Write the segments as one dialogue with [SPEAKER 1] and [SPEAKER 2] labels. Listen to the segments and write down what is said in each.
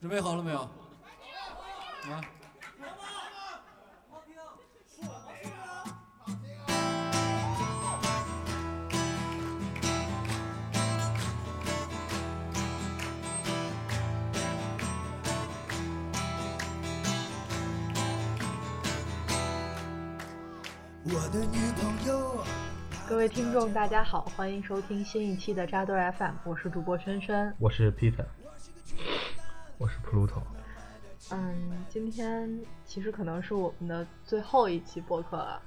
[SPEAKER 1] 准备好了没有？啊！
[SPEAKER 2] 我的女朋友。
[SPEAKER 3] 各位听众，大家好，欢迎收听新一期的扎堆儿 FM，我是主播深深。
[SPEAKER 4] 我是 Peter，我是 Pluto。
[SPEAKER 3] 嗯，今天其实可能是我们的最后一期播客了，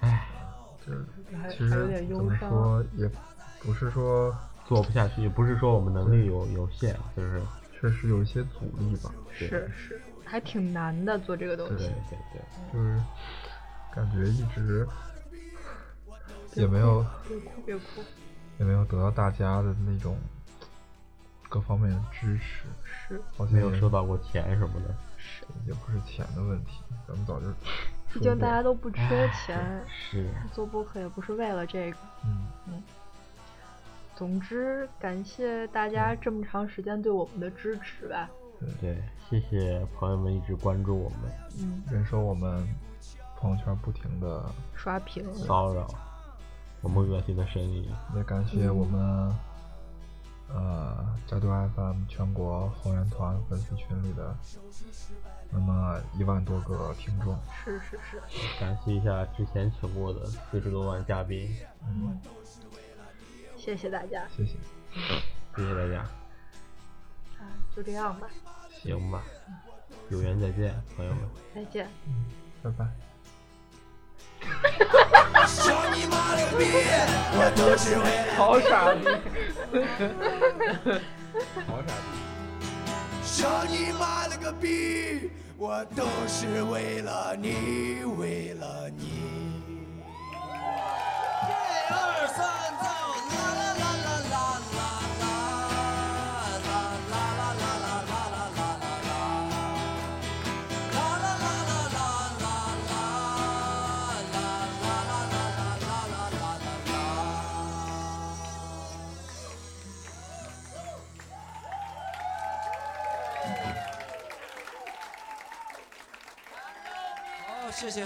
[SPEAKER 4] 唉，这
[SPEAKER 3] 还
[SPEAKER 4] 其
[SPEAKER 3] 还有
[SPEAKER 4] 实
[SPEAKER 3] 点
[SPEAKER 4] 怎
[SPEAKER 3] 忧
[SPEAKER 4] 么
[SPEAKER 3] 伤。
[SPEAKER 4] 说，也不是说做不下去，也不是说我们能力有有限，啊就是确实有一些阻力吧。对
[SPEAKER 3] 是是，还挺难的做这个东
[SPEAKER 4] 对对
[SPEAKER 3] 西。
[SPEAKER 4] 对，
[SPEAKER 2] 就是感觉一直也没有
[SPEAKER 3] 别哭别哭，
[SPEAKER 2] 也没有得到大家的那种各方面的支持，
[SPEAKER 3] 是
[SPEAKER 2] 好像
[SPEAKER 4] 没有
[SPEAKER 2] 也
[SPEAKER 4] 收到过钱什么的。
[SPEAKER 3] 是，
[SPEAKER 2] 也不是钱的问题，咱们早就
[SPEAKER 3] 毕
[SPEAKER 2] 说
[SPEAKER 3] 竟
[SPEAKER 2] 过
[SPEAKER 3] 大家都不缺钱，
[SPEAKER 4] 是，
[SPEAKER 3] 做播客也不是为了这个。
[SPEAKER 2] 嗯
[SPEAKER 3] 总之，感谢大家这么长时间对我们的支持吧。
[SPEAKER 4] 对，谢谢朋友们一直关注我们，
[SPEAKER 3] 嗯，
[SPEAKER 2] 忍受我们朋友圈不停的，
[SPEAKER 3] 刷屏，
[SPEAKER 4] 骚扰，我们恶心的声音。
[SPEAKER 2] 也感谢
[SPEAKER 3] 嗯
[SPEAKER 2] 我们、呃扎堆 FM 全国红人团粉丝群里的那么一万多个听众，
[SPEAKER 3] 是是是，
[SPEAKER 4] 感谢一下之前请过的四十多万嘉宾，
[SPEAKER 2] 嗯，
[SPEAKER 3] 谢谢大家。
[SPEAKER 2] 谢谢。
[SPEAKER 4] 谢谢大家。
[SPEAKER 3] 啊，就这样吧，
[SPEAKER 4] 行吧，有缘再见，朋友们。
[SPEAKER 3] 再见。
[SPEAKER 2] 嗯，拜拜。
[SPEAKER 4] 好傻逼。
[SPEAKER 5] 想你妈了个逼！我都是为了你，为了你。一二三，走！啦啦啦啦啦啦啦啦啦啦啦啦啦啦啦啦啦啦啦啦啦啦啦啦啦啦啦啦啦啦啦啦。
[SPEAKER 1] 好，谢谢。